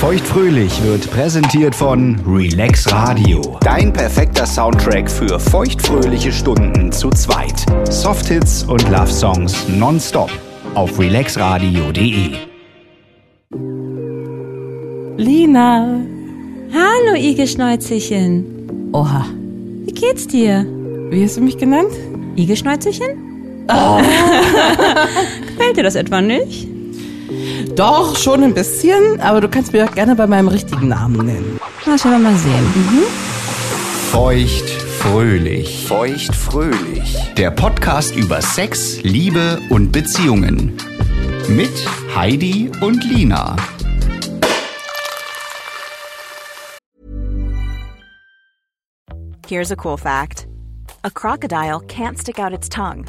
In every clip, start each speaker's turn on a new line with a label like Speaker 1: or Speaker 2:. Speaker 1: Feuchtfröhlich wird präsentiert von Relax Radio. Dein perfekter Soundtrack für feuchtfröhliche Stunden zu zweit. Softhits und Love Songs nonstop auf relaxradio.de.
Speaker 2: Lina.
Speaker 3: Hallo, Igelschnäuzelchen.
Speaker 2: Oha.
Speaker 3: Wie geht's dir?
Speaker 2: Wie hast du mich genannt?
Speaker 3: Igelschnäuzelchen? Ah. Oh. Gefällt dir das etwa nicht?
Speaker 2: Doch, schon ein bisschen, aber du kannst mich auch gerne bei meinem richtigen Namen nennen.
Speaker 3: Na, schauen wir mal sehen.
Speaker 1: Feuchtfröhlich. Feuchtfröhlich. Der Podcast über Sex, Liebe und Beziehungen. Mit Heidi und Lina.
Speaker 4: Here's a cool fact a crocodile can't stick out its tongue.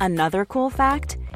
Speaker 4: Another cool fact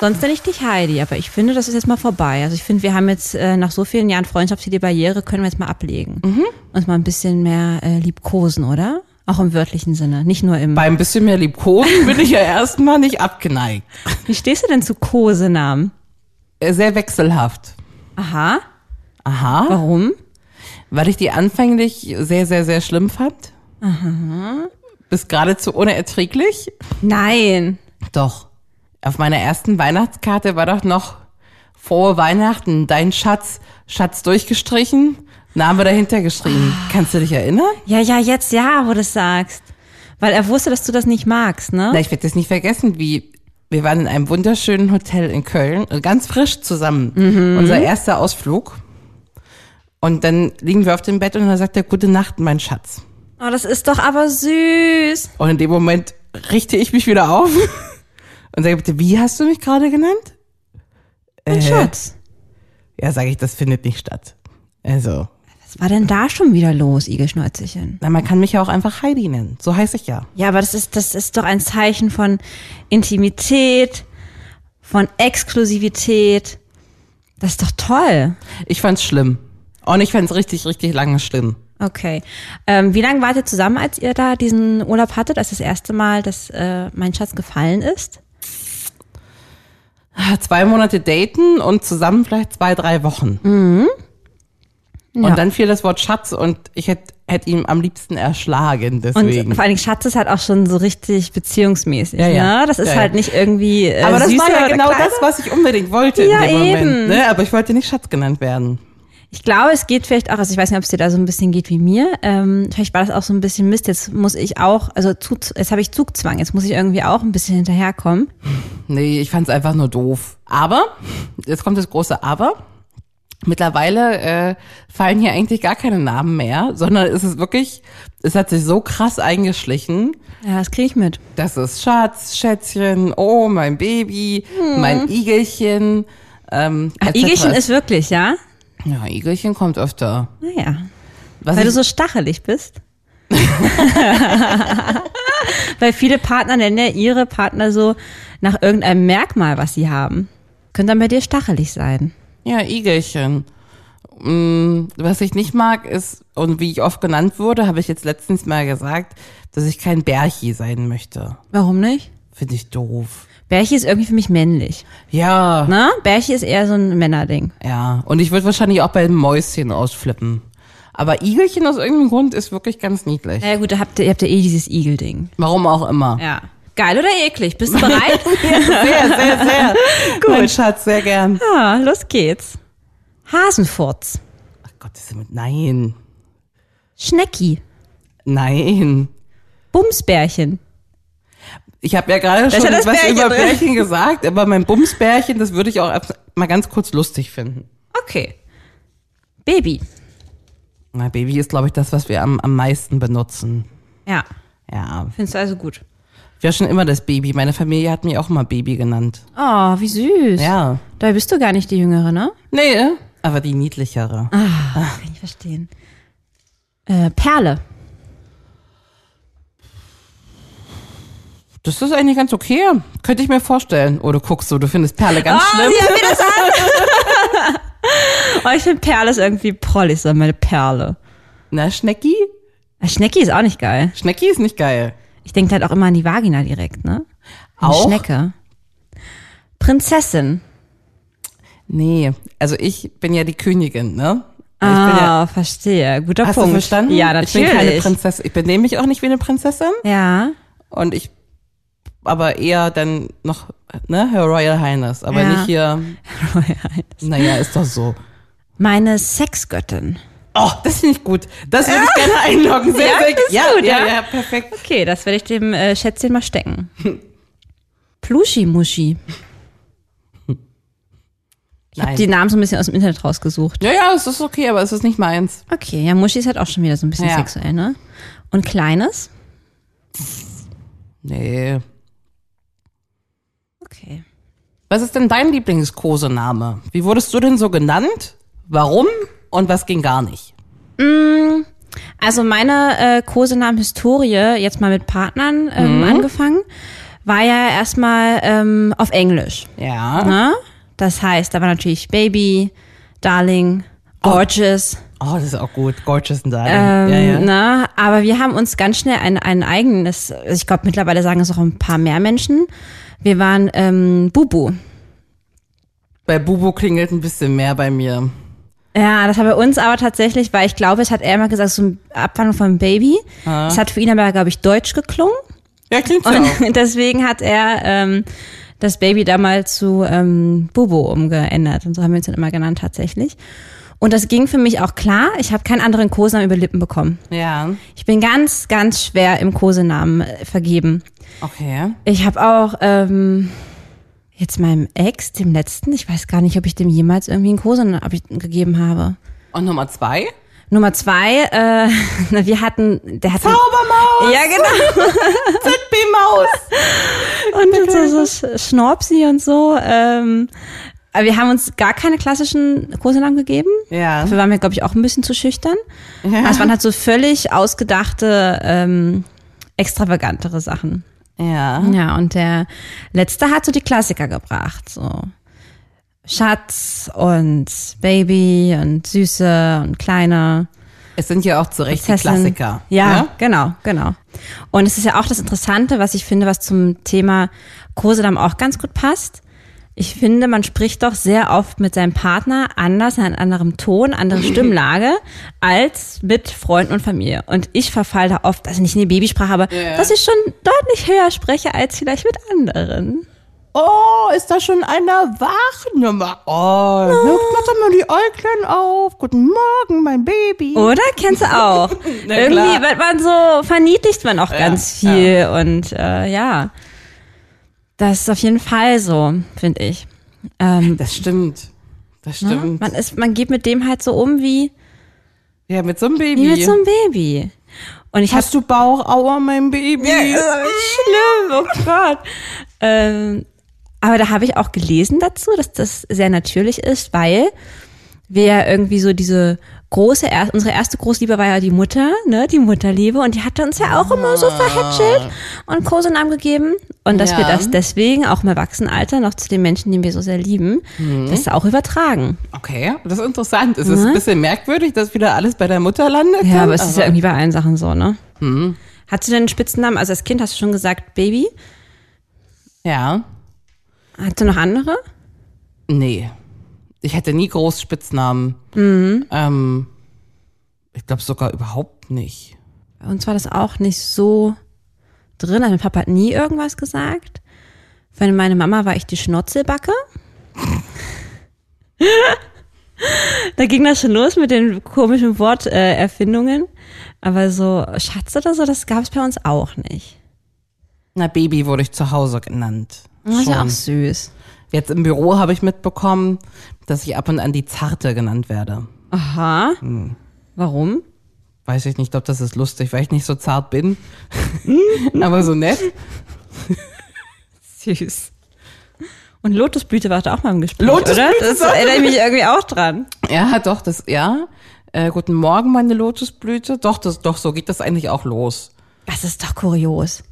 Speaker 3: Sonst nenne ich dich Heidi, aber ich finde, das ist jetzt mal vorbei. Also ich finde, wir haben jetzt äh, nach so vielen Jahren Freundschaft hier die Barriere, können wir jetzt mal ablegen. Uns mal ein bisschen mehr äh, liebkosen, oder? Auch im wörtlichen Sinne, nicht nur im...
Speaker 2: Bei ein bisschen mehr Liebkosen bin ich ja erstmal nicht abgeneigt.
Speaker 3: Wie stehst du denn zu Kosenamen?
Speaker 2: Äh, Sehr wechselhaft.
Speaker 3: Aha,
Speaker 2: Aha.
Speaker 3: warum?
Speaker 2: Weil ich die anfänglich sehr, sehr, sehr schlimm fand. Aha. Bis geradezu unerträglich.
Speaker 3: Nein.
Speaker 2: Doch. Auf meiner ersten Weihnachtskarte war doch noch Frohe Weihnachten, dein Schatz, Schatz durchgestrichen, Name dahinter geschrieben. Kannst du dich erinnern?
Speaker 3: Ja, ja, jetzt ja, wo du das sagst. Weil er wusste, dass du das nicht magst, ne?
Speaker 2: Na, ich werde das nicht vergessen, wie wir waren in einem wunderschönen Hotel in Köln, äh, ganz frisch zusammen.
Speaker 3: Mhm.
Speaker 2: Unser erster Ausflug. Und dann liegen wir auf dem Bett und dann sagt er, gute Nacht, mein Schatz.
Speaker 3: Oh, das ist doch aber süß.
Speaker 2: Und in dem Moment richte ich mich wieder auf und sage bitte, wie hast du mich gerade genannt?
Speaker 3: Mein
Speaker 2: Äh,
Speaker 3: Schatz.
Speaker 2: Ja, sage ich, das findet nicht statt. Also,
Speaker 3: Was war denn da schon wieder los, Igelschnäuzchen?
Speaker 2: na, man kann mich ja auch einfach Heidi nennen. So heiße ich ja.
Speaker 3: Ja, aber das ist, das ist doch ein Zeichen von Intimität, von Exklusivität. Das ist doch toll.
Speaker 2: Ich fand's schlimm. Und ich fand's richtig, richtig lange schlimm.
Speaker 3: Okay. Ähm, wie lange wart ihr zusammen, als ihr da diesen Urlaub hattet, als das erste Mal, dass äh, mein Schatz gefallen ist?
Speaker 2: Zwei Monate daten und zusammen vielleicht zwei, drei Wochen.
Speaker 3: Ja.
Speaker 2: Und dann fiel das Wort Schatz und ich hätte hätt ihn am liebsten erschlagen,
Speaker 3: Und
Speaker 2: deswegen.
Speaker 3: vor allen Dingen Schatz ist halt auch schon so richtig beziehungsmäßig.
Speaker 2: Ja, ja.
Speaker 3: Ne? Das ist
Speaker 2: Ja, ja.
Speaker 3: halt nicht irgendwie. Äh,
Speaker 2: aber das
Speaker 3: süßer
Speaker 2: war ja
Speaker 3: oder
Speaker 2: genau
Speaker 3: kleiner.
Speaker 2: das, was ich unbedingt wollte
Speaker 3: Ja,
Speaker 2: in dem
Speaker 3: eben.
Speaker 2: Moment. Ne? Aber ich wollte nicht Schatz genannt werden.
Speaker 3: Ich glaube, es geht vielleicht auch, also ich weiß nicht, ob es dir da so ein bisschen geht wie mir. Ähm, vielleicht war das auch so ein bisschen Mist. Jetzt muss ich auch, also zu, jetzt habe ich Zugzwang. Jetzt muss ich irgendwie auch ein bisschen hinterherkommen.
Speaker 2: Nee, ich fand's einfach nur doof. Aber, jetzt kommt das große Aber. Mittlerweile äh, fallen hier eigentlich gar keine Namen mehr, sondern es ist wirklich, es hat sich so krass eingeschlichen,
Speaker 3: Ja, das kriege ich mit.
Speaker 2: Das ist Schatz, Schätzchen, oh, mein Baby, mein Igelchen.
Speaker 3: Hm.
Speaker 2: Ähm,
Speaker 3: Ach,
Speaker 2: etc.
Speaker 3: Igelchen ist wirklich, ja?
Speaker 2: Ja, Igelchen kommt öfter.
Speaker 3: Naja.
Speaker 2: Was
Speaker 3: Weil du
Speaker 2: ich,
Speaker 3: so stachelig bist. Weil viele Partner nennen ja ihre Partner so nach irgendeinem Merkmal, was sie haben. Könnte dann bei dir stachelig sein.
Speaker 2: ja, Igelchen. Mm, Was ich nicht mag ist, und wie ich oft genannt wurde, habe ich jetzt letztens mal gesagt, dass ich kein Bärchi sein möchte.
Speaker 3: Warum nicht?
Speaker 2: Finde ich doof.
Speaker 3: Bärchi ist irgendwie für mich männlich.
Speaker 2: Ja.
Speaker 3: Na? Bärchi ist eher so ein Männerding.
Speaker 2: Ja. Und ich würde wahrscheinlich auch bei Mäuschen ausflippen. Aber Igelchen aus irgendeinem Grund ist wirklich ganz niedlich.
Speaker 3: Na ja, gut, da habt ihr, ihr habt ja eh dieses Igel-Ding.
Speaker 2: Warum auch immer.
Speaker 3: Ja. Geil oder eklig? Bist du bereit?
Speaker 2: Sehr, sehr, sehr. Gut. Mein Schatz, sehr gern.
Speaker 3: ja, los geht's. Hasenfurz.
Speaker 2: Ach Gott, das ist mit. Nein.
Speaker 3: Schnecki.
Speaker 2: Nein.
Speaker 3: Bumsbärchen.
Speaker 2: Ich habe ja gerade
Speaker 3: Da ist
Speaker 2: schon
Speaker 3: ja das
Speaker 2: was
Speaker 3: Bärchen
Speaker 2: über
Speaker 3: drin.
Speaker 2: Bärchen gesagt, aber mein Bumsbärchen, das würde ich auch ab- mal ganz kurz lustig finden.
Speaker 3: Okay. Baby.
Speaker 2: Na, Baby ist, glaube ich, das, was wir am, am meisten benutzen.
Speaker 3: Ja.
Speaker 2: Ja.
Speaker 3: Findest du also gut.
Speaker 2: Ich war schon immer das Baby. Meine Familie hat mich auch immer Baby genannt.
Speaker 3: Oh, wie süß.
Speaker 2: Ja.
Speaker 3: Da bist du gar nicht die Jüngere, ne?
Speaker 2: Nee, äh? aber die niedlichere.
Speaker 3: Kann ich verstehen. Äh, Perle.
Speaker 2: Das ist eigentlich ganz okay. Könnte ich mir vorstellen. Oh, du guckst so, du findest Perle ganz
Speaker 3: Oh,
Speaker 2: schlimm.
Speaker 3: sieh mir das an. oh, ich finde Perle ist irgendwie prollig, so meine Perle.
Speaker 2: Na, Schnecki?
Speaker 3: Ah, Schnecki ist auch nicht geil.
Speaker 2: Schnecki ist nicht geil.
Speaker 3: Ich denke halt auch immer an die Vagina direkt, ne? Eine
Speaker 2: Auch?
Speaker 3: Schnecke. Prinzessin.
Speaker 2: Nee, also ich bin ja die Königin, ne? Ich bin ja,
Speaker 3: Ah, verstehe. Guter
Speaker 2: hast
Speaker 3: Punkt.
Speaker 2: du verstanden?
Speaker 3: Ja, natürlich.
Speaker 2: Ich bin keine Prinzessin. Ich benehme mich auch nicht wie eine Prinzessin.
Speaker 3: ja.
Speaker 2: Und ich, aber eher dann noch, ne, Her Royal Highness. Aber
Speaker 3: Ja.
Speaker 2: nicht hier, naja, ist doch so.
Speaker 3: Meine Sexgöttin.
Speaker 2: Oh, das finde ich gut. Das würde ich gerne einloggen. Sehr,
Speaker 3: Ja,
Speaker 2: sehr
Speaker 3: das ist
Speaker 2: ja,
Speaker 3: gut,
Speaker 2: ja,
Speaker 3: ja.
Speaker 2: ja, perfekt.
Speaker 3: Okay, das werde ich dem äh, Schätzchen mal stecken. Pluschi-Muschi. Ich habe
Speaker 2: Nein.
Speaker 3: die Namen so ein bisschen aus dem Internet rausgesucht.
Speaker 2: Ja, ja, es ist okay, aber es ist nicht meins.
Speaker 3: Okay, ja, Muschi ist halt auch schon wieder so ein bisschen
Speaker 2: Ja.
Speaker 3: sexuell, ne? Und Kleines?
Speaker 2: Nee.
Speaker 3: Okay.
Speaker 2: Was ist denn dein Lieblingskosename? Wie wurdest du denn so genannt? Warum? Und was ging gar nicht?
Speaker 3: Also meine äh, Kosenamen-Historie, jetzt mal mit Partnern ähm, angefangen, war ja erstmal ähm, auf Englisch.
Speaker 2: Ja.
Speaker 3: Ne? Das heißt, da war natürlich Baby, Darling, Gorgeous.
Speaker 2: Oh, das ist auch gut. Gorgeous and Darling.
Speaker 3: Ähm,
Speaker 2: ja, ja.
Speaker 3: Ne? Aber wir haben uns ganz schnell ein, ein eigenes, also ich glaube mittlerweile sagen es auch ein paar mehr Menschen. Wir waren ähm, Bubu.
Speaker 2: Bei Bubu klingelt ein bisschen mehr bei mir.
Speaker 3: Ja, das war bei uns aber tatsächlich, weil ich glaube, es hat er immer gesagt, so eine Abwandlung von Baby. Es hat für ihn aber, glaube ich, deutsch geklungen.
Speaker 2: Ja, klingt ja auch.
Speaker 3: Und Genau. deswegen hat er ähm, das Baby damals zu ähm, Bubu umgeändert. Und so haben wir uns dann immer genannt tatsächlich. Und das ging für mich auch klar. Ich habe keinen anderen Kosenamen über Lippen bekommen.
Speaker 2: Ja.
Speaker 3: Ich bin ganz, ganz schwer im Kosenamen äh, vergeben.
Speaker 2: Okay.
Speaker 3: Ich habe auch ähm, jetzt meinem Ex, dem letzten, ich weiß gar nicht, ob ich dem jemals irgendwie einen Kosenamen ob ich den gegeben habe.
Speaker 2: Und Nummer zwei?
Speaker 3: Nummer zwei, äh, na, wir hatten, der hat
Speaker 2: Zaubermaus!
Speaker 3: ja genau
Speaker 2: Maus!
Speaker 3: und so, so Sch- Schnorpsi und so. Ähm, aber wir haben uns gar keine klassischen Kosenamen gegeben.
Speaker 2: Ja.
Speaker 3: Dafür waren wir, glaube ich, auch ein bisschen zu schüchtern. Ja. Es waren halt so völlig ausgedachte, ähm, extravagantere Sachen.
Speaker 2: Ja.
Speaker 3: Ja, und der letzte hat so die Klassiker gebracht. So Schatz und Baby und Süße und Kleine.
Speaker 2: Es sind ja auch zu Recht die
Speaker 3: Prinzessin.
Speaker 2: Klassiker.
Speaker 3: Ja,
Speaker 2: ne?
Speaker 3: genau, genau. Und es ist ja auch das Interessante, was ich finde, was zum Thema Kosenamen auch ganz gut passt. Ich finde, man spricht doch sehr oft mit seinem Partner anders, in einem anderen Ton, andere Stimmlage, als mit Freunden und Familie. Und ich verfall da oft, also nicht in die Babysprache, aber dass ich schon deutlich höher spreche als vielleicht mit anderen.
Speaker 2: Oh, ist da schon einer wach? Nummer. Oh, oh. klatter mal die Äuglein auf. Guten Morgen, mein Baby.
Speaker 3: Oder? Kennst du auch?
Speaker 2: Na
Speaker 3: Irgendwie
Speaker 2: klar.
Speaker 3: wird man so, verniedlicht man auch ganz viel und äh, ja. Das ist auf jeden Fall so, finde ich. Ähm,
Speaker 2: Das stimmt. Das stimmt.
Speaker 3: man, ist, man geht mit dem halt so um wie,
Speaker 2: ja, mit so einem Baby.
Speaker 3: wie mit so einem Baby. Und ich hab
Speaker 2: Hast du Bauchauer, mein Baby?
Speaker 3: Ja, das ist aber nicht schlimm, oh Gott. Ähm, aber da habe ich auch gelesen dazu, dass das sehr natürlich ist, weil wir ja irgendwie so diese große, er, unsere erste Großliebe war ja die Mutter, ne, die Mutterliebe. Und die hatte uns ja auch immer so verhätschelt und Kosenamen gegeben. Und dass wir
Speaker 2: Ja.
Speaker 3: das deswegen auch im Erwachsenenalter noch zu den Menschen, die wir so sehr lieben, das auch übertragen.
Speaker 2: Okay, das ist interessant. Es ist ein bisschen merkwürdig, dass wieder alles bei der Mutter landet.
Speaker 3: Ja,
Speaker 2: dann,
Speaker 3: aber es ist ja irgendwie bei allen Sachen so, ne? Hast du denn einen Spitzennamen? Also als Kind hast du schon gesagt Baby.
Speaker 2: Ja,
Speaker 3: Hast du noch andere?
Speaker 2: nee. Ich hätte nie groß Spitznamen. Ähm, ich glaube sogar überhaupt nicht.
Speaker 3: Bei uns war das auch nicht so drin. Also mein Papa hat nie irgendwas gesagt. Für meine Mama war ich die Schnotzelbacke. da ging das schon los mit den komischen Worterfindungen. Äh, Erfindungen. Aber so Schatz oder so, das gab es bei uns auch nicht.
Speaker 2: Na, Baby wurde ich zu Hause genannt.
Speaker 3: Das ist ja auch
Speaker 2: Schon.
Speaker 3: süß.
Speaker 2: Jetzt im Büro habe ich mitbekommen, dass ich ab und an die Zarte genannt werde.
Speaker 3: Aha.
Speaker 2: Hm.
Speaker 3: Warum?
Speaker 2: Weiß ich nicht, ob das ist lustig, weil ich nicht so zart bin. aber so nett.
Speaker 3: Süß. Und Lotusblüte war da auch mal im Gespräch,
Speaker 2: Lotusblüte
Speaker 3: oder? Das
Speaker 2: war-
Speaker 3: erinnere ich mich irgendwie auch dran.
Speaker 2: Ja, doch, das, ja. Äh, guten Morgen, meine Lotusblüte. Doch, das, doch, so geht das eigentlich auch los.
Speaker 3: Das ist doch kurios.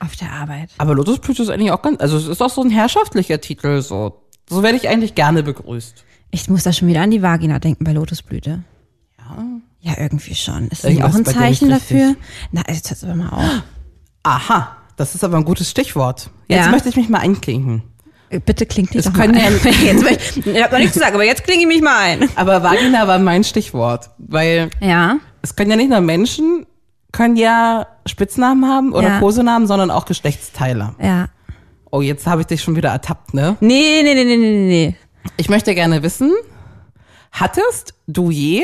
Speaker 3: Auf der Arbeit.
Speaker 2: Aber Lotusblüte ist eigentlich auch ganz, also es ist auch so ein herrschaftlicher Titel, so. So werde ich eigentlich gerne begrüßt.
Speaker 3: Ich muss da schon wieder an die Vagina denken bei Lotusblüte. Ja. Ja, irgendwie schon. Ist das nicht
Speaker 2: Irgendwas
Speaker 3: auch ein
Speaker 2: bei dir nicht
Speaker 3: Zeichen
Speaker 2: richtig.
Speaker 3: dafür? Na, jetzt hört's aber mal auf.
Speaker 2: Aha. Das ist aber ein gutes Stichwort. Jetzt
Speaker 3: Ja.
Speaker 2: möchte ich mich mal einklinken.
Speaker 3: Äh, Bitte klingt nicht
Speaker 2: Das
Speaker 3: doch mal
Speaker 2: können
Speaker 3: ein.
Speaker 2: ja-
Speaker 3: jetzt, möcht- ich hab noch nichts zu sagen, aber jetzt klinge ich mich mal ein.
Speaker 2: Aber Vagina war mein Stichwort, weil
Speaker 3: Ja.
Speaker 2: es können ja nicht nur Menschen, können ja Spitznamen haben oder
Speaker 3: Ja.
Speaker 2: Kosenamen, sondern auch Geschlechtsteile.
Speaker 3: Ja.
Speaker 2: Oh, jetzt habe ich dich schon wieder ertappt, ne?
Speaker 3: Nee, nee, nee, nee, nee, nee.
Speaker 2: Ich möchte gerne wissen, hattest du je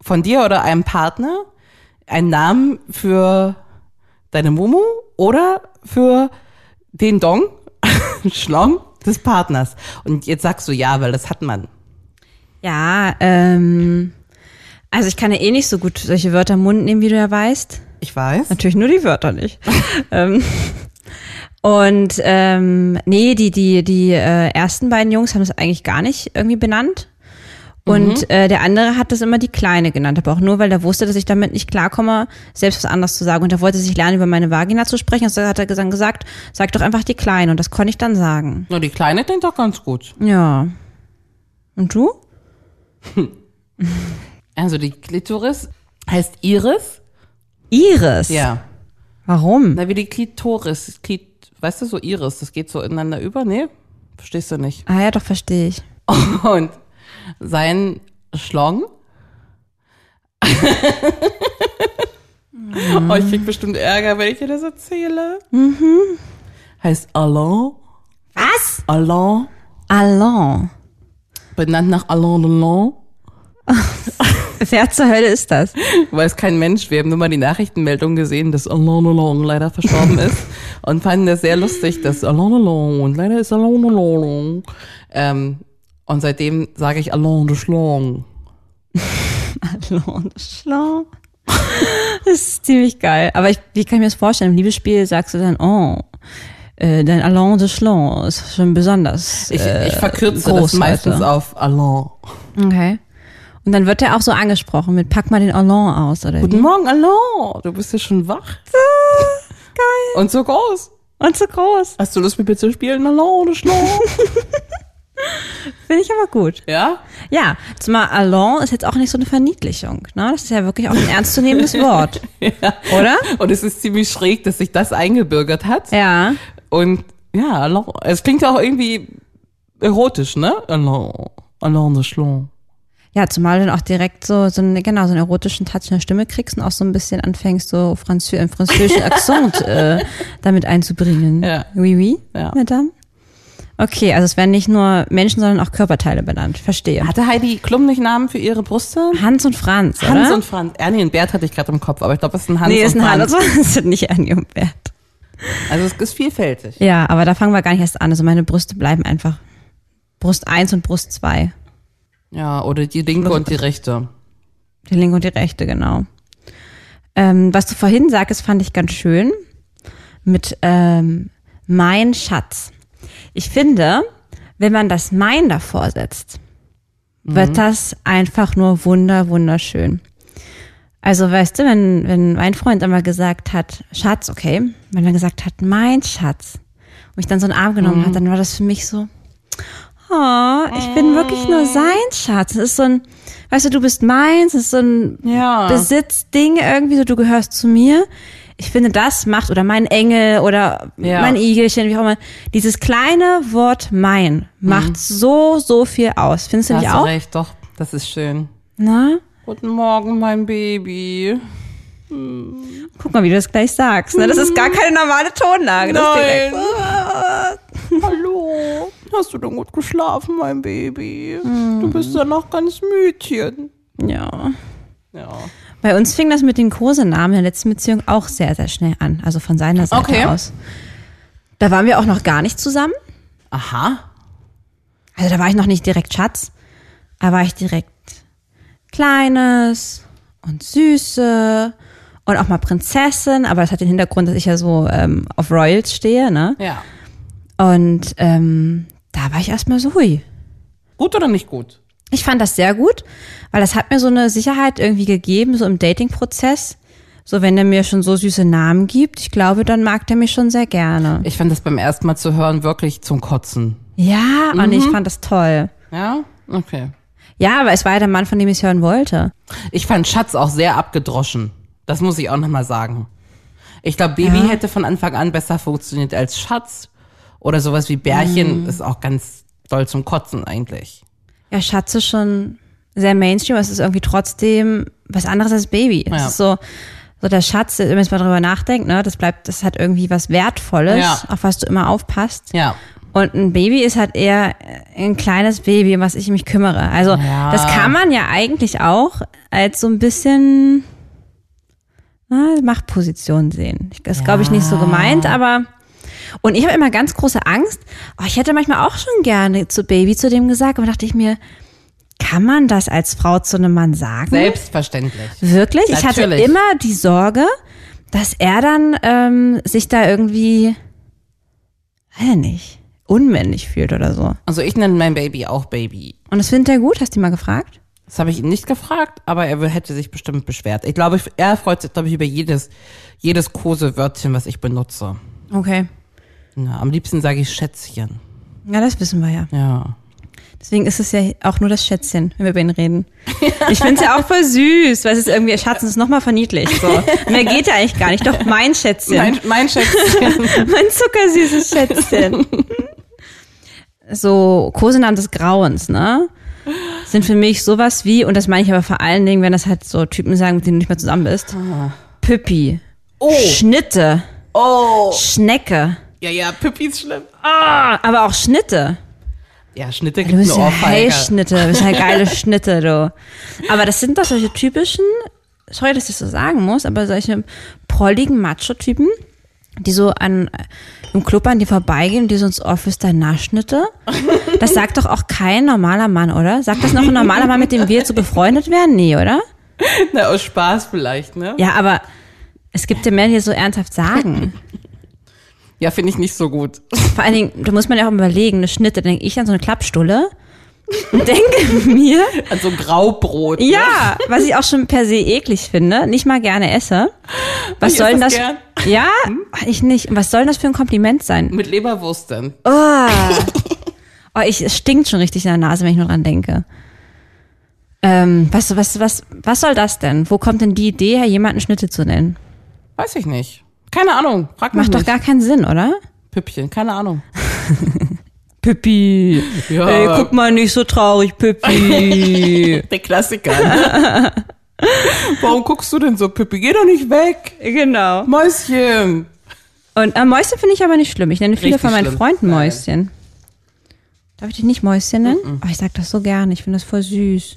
Speaker 2: von dir oder einem Partner einen Namen für deine Mumu oder für den Dong, Schlong des Partners? Und jetzt sagst du ja, weil das hat man.
Speaker 3: Ja, ähm. Also ich kann ja eh nicht so gut solche Wörter im Mund nehmen, wie du ja weißt.
Speaker 2: Ich weiß.
Speaker 3: Natürlich nur die Wörter nicht. ähm, und ähm, nee, die, die, die äh, ersten beiden Jungs haben es eigentlich gar nicht irgendwie benannt. Und äh, der andere hat das immer die Kleine genannt, aber auch nur, weil er wusste, dass ich damit nicht klarkomme, selbst was anderes zu sagen. Und er wollte sich lernen, über meine Vagina zu sprechen. Und so hat er gesagt, gesagt, sag doch einfach die Kleine. Und das konnte ich dann sagen.
Speaker 2: Na, die Kleine klingt doch ganz gut.
Speaker 3: Ja. Und du?
Speaker 2: Also die Klitoris heißt Iris.
Speaker 3: Iris.
Speaker 2: Ja.
Speaker 3: Warum?
Speaker 2: Na, wie die Klitoris. Klit, weißt du, so Iris, das geht so ineinander über. Nee, verstehst du nicht.
Speaker 3: Ah ja, doch, verstehe ich.
Speaker 2: Und sein Schlong. oh, ich krieg bestimmt Ärger, wenn ich dir das erzähle. Mhm. Heißt Alain.
Speaker 3: Was?
Speaker 2: Alain.
Speaker 3: Alain.
Speaker 2: Benannt nach Alain Delon.
Speaker 3: Wer zur Hölle ist das?
Speaker 2: Weiß kein Mensch. Wir haben nur mal die Nachrichtenmeldung gesehen, dass Alain Delon leider verstorben ist. Und fanden das sehr lustig, dass Alain Delon, leider ist Alain Delon. Ähm, und seitdem sage ich Alain de Schlong.
Speaker 3: Blonde Schlau. Das ist ziemlich geil. Aber ich, wie kann ich mir das vorstellen? Im Liebesspiel sagst du dann, oh, äh, dein Alain de Schlon ist schon besonders.
Speaker 2: Ich,
Speaker 3: äh,
Speaker 2: ich verkürze das
Speaker 3: groß
Speaker 2: meistens
Speaker 3: heute.
Speaker 2: auf Alain.
Speaker 3: Okay. Und dann wird er auch so angesprochen mit, pack mal den Alain aus, oder? Wie?
Speaker 2: Guten Morgen, hallo. Du bist ja schon wach. Geil. Und so groß.
Speaker 3: Und so groß.
Speaker 2: Hast du Lust, mit mir zu spielen? Hallo, du Schlau.
Speaker 3: Finde ich aber gut.
Speaker 2: ja?
Speaker 3: Ja, zumal Alain ist jetzt auch nicht so eine Verniedlichung. Ne? Das ist ja wirklich auch ein ernstzunehmendes Wort. Oder?
Speaker 2: Und es ist ziemlich schräg, dass sich das eingebürgert hat.
Speaker 3: Ja.
Speaker 2: Und ja, Alain. Es klingt ja auch irgendwie erotisch, ne? Alain. Alain de Schlong.
Speaker 3: Ja, zumal du dann auch direkt so, so einen, genau, so einen erotischen Touch in der Stimme kriegst und auch so ein bisschen anfängst, so Franzö einen französischen Akzent äh, damit einzubringen.
Speaker 2: Ja.
Speaker 3: Oui, oui,
Speaker 2: Ja.
Speaker 3: madame. Okay, also es werden nicht nur Menschen, sondern auch Körperteile benannt. Verstehe.
Speaker 2: Hatte Heidi Klum nicht Namen für ihre Brüste?
Speaker 3: Hans und Franz, oder?
Speaker 2: Hans und Franz. Äh, nee, einen Bert hatte ich gerade im Kopf, aber ich glaube, es ist ein Hans
Speaker 3: Nee, ist
Speaker 2: und
Speaker 3: ein Hans
Speaker 2: Franz.
Speaker 3: und Franz, sind nicht Annie und Bert.
Speaker 2: Also es ist vielfältig.
Speaker 3: Ja, aber da fangen wir gar nicht erst an. Also meine Brüste bleiben einfach Brust 1 und Brust 2.
Speaker 2: Ja, oder die linke und die rechte.
Speaker 3: Die linke und die rechte, genau. Ähm, was du vorhin sagtest, fand ich ganz schön. Mit ähm, mein Schatz. Ich finde, wenn man das mein davor setzt, wird das einfach nur wunder, wunderschön. Also weißt du, wenn, wenn mein Freund immer gesagt hat, Schatz, okay, wenn er gesagt hat, mein Schatz, und mich dann so einen Arm genommen hat, dann war das für mich so, oh, ich bin wirklich nur sein Schatz. Es ist so ein, weißt du, du bist meins, es ist so ein
Speaker 2: Ja.
Speaker 3: Besitzding irgendwie, so du gehörst zu mir. Ich finde, das macht, oder mein Engel oder
Speaker 2: Ja.
Speaker 3: mein Igelchen, wie auch immer, dieses kleine Wort mein macht so, so viel aus. Findest du
Speaker 2: Mhm. Da
Speaker 3: nicht
Speaker 2: hast du
Speaker 3: auch?
Speaker 2: recht, doch. Das ist schön.
Speaker 3: Na?
Speaker 2: Guten Morgen, mein Baby.
Speaker 3: Guck mal, wie du das gleich sagst. Ne? Das ist
Speaker 2: Mhm.
Speaker 3: gar keine normale Tonlage. Das ist direkt-
Speaker 2: Hallo. Hast du denn gut geschlafen, mein Baby?
Speaker 3: Hm.
Speaker 2: Du bist ja noch ganz Mütchen.
Speaker 3: Ja.
Speaker 2: Ja.
Speaker 3: Bei uns fing das mit den Kosenamen in der letzten Beziehung auch sehr, sehr schnell an. Also von seiner Seite
Speaker 2: Okay.
Speaker 3: aus. Da waren wir auch noch gar nicht zusammen.
Speaker 2: Aha.
Speaker 3: Also da war ich noch nicht direkt Schatz. Da war ich direkt Kleines und Süße und auch mal Prinzessin. Aber das hat den Hintergrund, dass ich ja so ähm, auf Royals stehe. Ne?
Speaker 2: Ja.
Speaker 3: Und ähm, da war ich erstmal so, hui,
Speaker 2: Gut oder nicht gut?
Speaker 3: Ich fand das sehr gut, weil das hat mir so eine Sicherheit irgendwie gegeben, so im Dating-Prozess. So, wenn er mir schon so süße Namen gibt, ich glaube, dann mag der mich schon sehr gerne.
Speaker 2: Ich fand das beim ersten Mal zu hören wirklich zum Kotzen.
Speaker 3: Ja, und
Speaker 2: Mhm.
Speaker 3: ich fand das toll.
Speaker 2: Ja? Okay.
Speaker 3: Ja, aber es war ja der Mann, von dem ich es hören wollte.
Speaker 2: Ich fand Schatz auch sehr abgedroschen. Das muss ich auch nochmal sagen. Ich glaube, Baby hätte von Anfang an besser funktioniert als Schatz. Oder sowas wie Bärchen ist auch ganz doll zum Kotzen eigentlich.
Speaker 3: Ja, Schatze schon sehr Mainstream, aber es ist irgendwie trotzdem was anderes als Baby. Es
Speaker 2: Ja.
Speaker 3: ist so, so der Schatz, wenn man jetzt mal drüber nachdenkt, ne, das bleibt, das hat irgendwie was Wertvolles,
Speaker 2: Ja.
Speaker 3: auf was du immer aufpasst.
Speaker 2: Ja.
Speaker 3: Und ein Baby ist halt eher ein kleines Baby, um was ich mich kümmere. Also
Speaker 2: Ja.
Speaker 3: das kann man ja eigentlich auch als so ein bisschen na, Machtposition sehen. Ich- Das glaube ich nicht so gemeint, aber und ich habe immer ganz große Angst. Oh, ich hätte manchmal auch schon gerne zu Baby zu dem gesagt, aber dachte ich mir, kann man das als Frau zu einem Mann sagen?
Speaker 2: Hm. Selbstverständlich.
Speaker 3: Wirklich? Ich hatte
Speaker 2: Natürlich.
Speaker 3: immer die Sorge, dass er dann ähm, sich da irgendwie, weiß ich nicht, unmännlich fühlt oder so.
Speaker 2: Also ich nenne mein Baby auch Baby.
Speaker 3: Und das findet er gut, hast du ihn mal gefragt?
Speaker 2: Das habe ich ihn nicht gefragt, aber er hätte sich bestimmt beschwert. Ich glaube, ich- er freut sich, glaube ich, über jedes, jedes Kosewörtchen, was ich benutze.
Speaker 3: Okay.
Speaker 2: Ja, am liebsten sage ich Schätzchen.
Speaker 3: Ja, das wissen wir ja.
Speaker 2: Ja.
Speaker 3: Deswegen ist es ja auch nur das Schätzchen, wenn wir über ihn reden. Ich finde es ja auch voll süß, weil es ist irgendwie, Schatzen ist nochmal verniedlicht. So. Mehr geht ja eigentlich gar nicht. Doch, mein Schätzchen.
Speaker 2: Mein, mein Schätzchen.
Speaker 3: mein zuckersüßes Schätzchen. so, Kosenamen des Grauens, ne? Sind für mich sowas wie, und das meine ich aber vor allen Dingen, wenn das halt so Typen sagen, mit denen du nicht mehr zusammen bist. Püppi. Schnitte.
Speaker 2: oh.
Speaker 3: Schnecke. Ah,
Speaker 2: Ja, ja, Pippi ist schlimm.
Speaker 3: Aber auch Schnitte.
Speaker 2: Ja, Schnitte
Speaker 3: Du
Speaker 2: gibt
Speaker 3: bist
Speaker 2: eine
Speaker 3: ja
Speaker 2: Ohrfeige.
Speaker 3: Heilschnitte, du bist ja geile Schnitte, du. Aber das sind doch solche typischen, sorry, dass ich das so sagen muss, aber solche prolligen Macho-Typen, die so an, im Club an dir vorbeigehen und die so ins Ohr flüstern, na, Schnitte? Das sagt doch auch kein normaler Mann, oder? Sagt das noch ein normaler Mann, mit dem wir jetzt so befreundet wären? Nee, oder?
Speaker 2: Na, aus Spaß vielleicht, ne?
Speaker 3: Ja, aber es gibt ja mehr, die so ernsthaft sagen.
Speaker 2: Ja, finde ich nicht so gut.
Speaker 3: Vor allen Dingen, da muss man ja auch überlegen, eine Schnitte, denke ich an so eine Klappstulle und denke mir,
Speaker 2: Also Graubrot. ne?
Speaker 3: Ja, was ich auch schon per se eklig finde, nicht mal gerne esse. Was
Speaker 2: Ich
Speaker 3: soll denn
Speaker 2: esse
Speaker 3: das?
Speaker 2: das gern. Hm?
Speaker 3: Ja, ich nicht. Und Was soll denn das für ein Kompliment sein?
Speaker 2: Mit Leberwurst dann.
Speaker 3: Oh, ich, es stinkt schon richtig in der Nase, wenn ich nur dran denke. Ähm, was, was, was, was soll das denn? Wo kommt denn die Idee her, jemanden Schnitte zu nennen?
Speaker 2: Weiß ich nicht. Keine Ahnung. Frag mich
Speaker 3: Macht doch
Speaker 2: nicht.
Speaker 3: gar keinen Sinn, oder?
Speaker 2: Püppchen, keine Ahnung.
Speaker 3: Pippi.
Speaker 2: Ja.
Speaker 3: Ey, guck mal nicht so traurig, Pippi.
Speaker 2: Der Klassiker. ne? Warum guckst du denn so, Pippi? Geh doch nicht weg.
Speaker 3: genau.
Speaker 2: Mäuschen.
Speaker 3: Und äh, Mäuschen finde ich aber nicht schlimm. Ich nenne viele
Speaker 2: Richtig
Speaker 3: von meinen
Speaker 2: schlimm.
Speaker 3: Freunden
Speaker 2: Nein.
Speaker 3: Mäuschen. Darf ich dich nicht Mäuschen nennen? Oh, ich sag das so gerne. Ich finde das voll süß.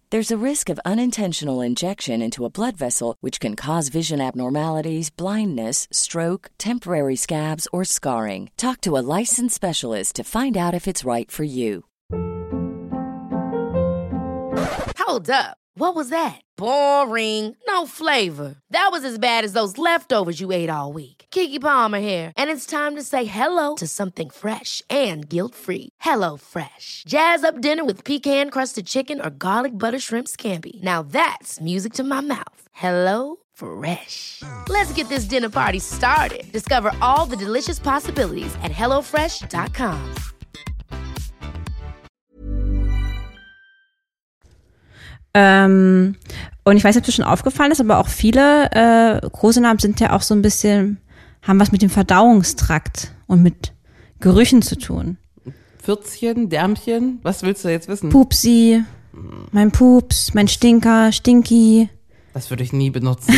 Speaker 5: There's a risk of unintentional injection into a blood vessel, which can cause vision abnormalities, blindness, stroke, temporary scabs, or scarring. Talk to a licensed specialist to find out if it's right for you.
Speaker 6: Hold up. What was that? Boring. No flavor. That was as bad as those leftovers you ate all week. Kiki Palmer here, and it's time to say hello to something fresh and guilt-free. Hello Fresh. Jazz up dinner with pecan-crusted chicken or garlic butter shrimp scampi. Now that's music to my mouth. Hello Fresh. Let's get this dinner party started. Discover all the delicious possibilities at hellofresh.com.
Speaker 3: Ähm, und ich weiß nicht, ob es schon aufgefallen ist, aber auch viele äh, große Namen sind ja auch so ein bisschen, haben was mit dem Verdauungstrakt und mit Gerüchen zu tun.
Speaker 2: Pfürzchen, Därmchen, was willst du jetzt wissen?
Speaker 3: Pupsi, mein Pups, mein Stinker, Stinky.
Speaker 2: Das würde ich nie benutzen.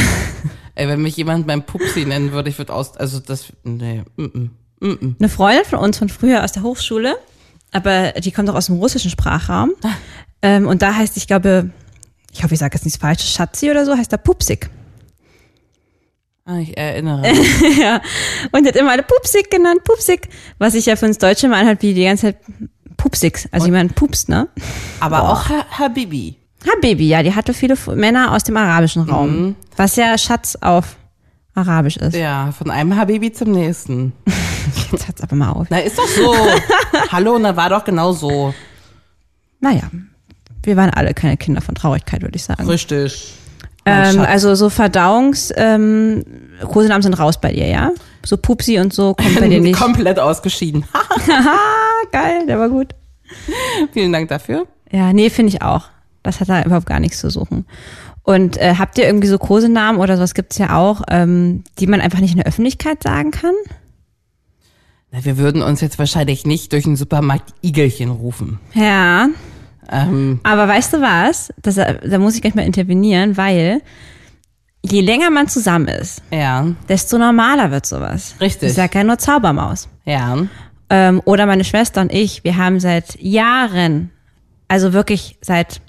Speaker 2: Ey, wenn mich jemand beim Pupsi nennen würde, ich würde aus, also das, nee, mm -mm.
Speaker 3: Eine Freundin von uns von früher aus der Hochschule, aber die kommt auch aus dem russischen Sprachraum. Ähm, und da heißt, ich glaube, ich hoffe, ich sage jetzt nichts Falsches, Schatzi oder so, heißt da Pupsig.
Speaker 2: Ah, ich erinnere mich.
Speaker 3: Und die hat immer alle Pupsig genannt, Pupsig. Was ich ja für uns Deutsche mal anhört, wie die ganze Zeit Pupsig, also jemand pupst, ne?
Speaker 2: Aber auch Ha- Habibi.
Speaker 3: Habibi, ja, die hatte viele F- Männer aus dem arabischen Raum. Was ja Schatz auf Arabisch ist.
Speaker 2: Mhm. Ja, von einem Habibi zum nächsten.
Speaker 3: Jetzt hört's aber mal auf.
Speaker 2: Na, ist doch so. Hallo, na, war doch genau so.
Speaker 3: Naja, wir waren alle keine Kinder von Traurigkeit, würde ich sagen.
Speaker 2: Richtig.
Speaker 3: Ähm, also so Verdauungs, ähm, Kosenamen sind raus bei dir, ja? So Pupsi und so kommt bei dir nicht.
Speaker 2: Komplett ausgeschieden.
Speaker 3: Ah, geil, der war gut.
Speaker 2: Vielen Dank dafür.
Speaker 3: Ja, nee, finde ich auch. Das hat da überhaupt gar nichts zu suchen. Und äh, habt ihr irgendwie so Kosenamen oder sowas gibt's ja auch, ähm, die man einfach nicht in der Öffentlichkeit sagen kann?
Speaker 2: Na, wir würden uns jetzt wahrscheinlich nicht durch den Supermarkt Igelchen rufen.
Speaker 3: Ja,
Speaker 2: Ähm,
Speaker 3: Aber weißt du was? Das, da muss ich gleich mal intervenieren, weil je länger man zusammen ist,
Speaker 2: ja,
Speaker 3: desto normaler wird sowas.
Speaker 2: Richtig.
Speaker 3: Ich sag ja nur Zaubermaus.
Speaker 2: ja.
Speaker 3: Ähm, oder meine Schwester und ich, wir haben seit Jahren, also wirklich seit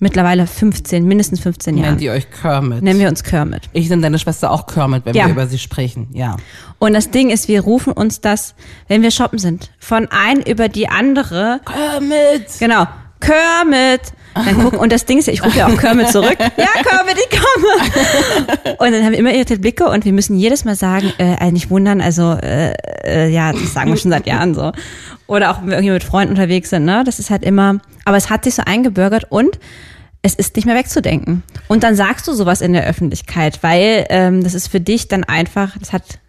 Speaker 3: mittlerweile 15, mindestens 15
Speaker 2: Nennt
Speaker 3: Jahren,
Speaker 2: ihr euch Kermit.
Speaker 3: nennen wir uns Kermit.
Speaker 2: ich nenne deine Schwester auch Kermit, wenn
Speaker 3: Ja.
Speaker 2: wir über sie sprechen. Ja.
Speaker 3: Und das Ding ist, wir rufen uns das, wenn wir shoppen sind, von ein über die andere
Speaker 2: Kermit!
Speaker 3: Genau. Kermit. Dann gucken, und das Ding ist ja, ich rufe ja auch Kermit zurück. Ja, Kermit, ich komme. Und dann haben wir immer irritiert Blicke und wir müssen jedes Mal sagen, äh, also nicht wundern, also äh, äh, ja, das sagen wir schon seit Jahren so. Oder auch wenn wir irgendwie mit Freunden unterwegs sind, ne? Das ist halt immer, aber es hat sich so eingebürgert und es ist nicht mehr wegzudenken. Und dann sagst du sowas in der Öffentlichkeit, weil ähm, das ist für dich dann einfach, das hat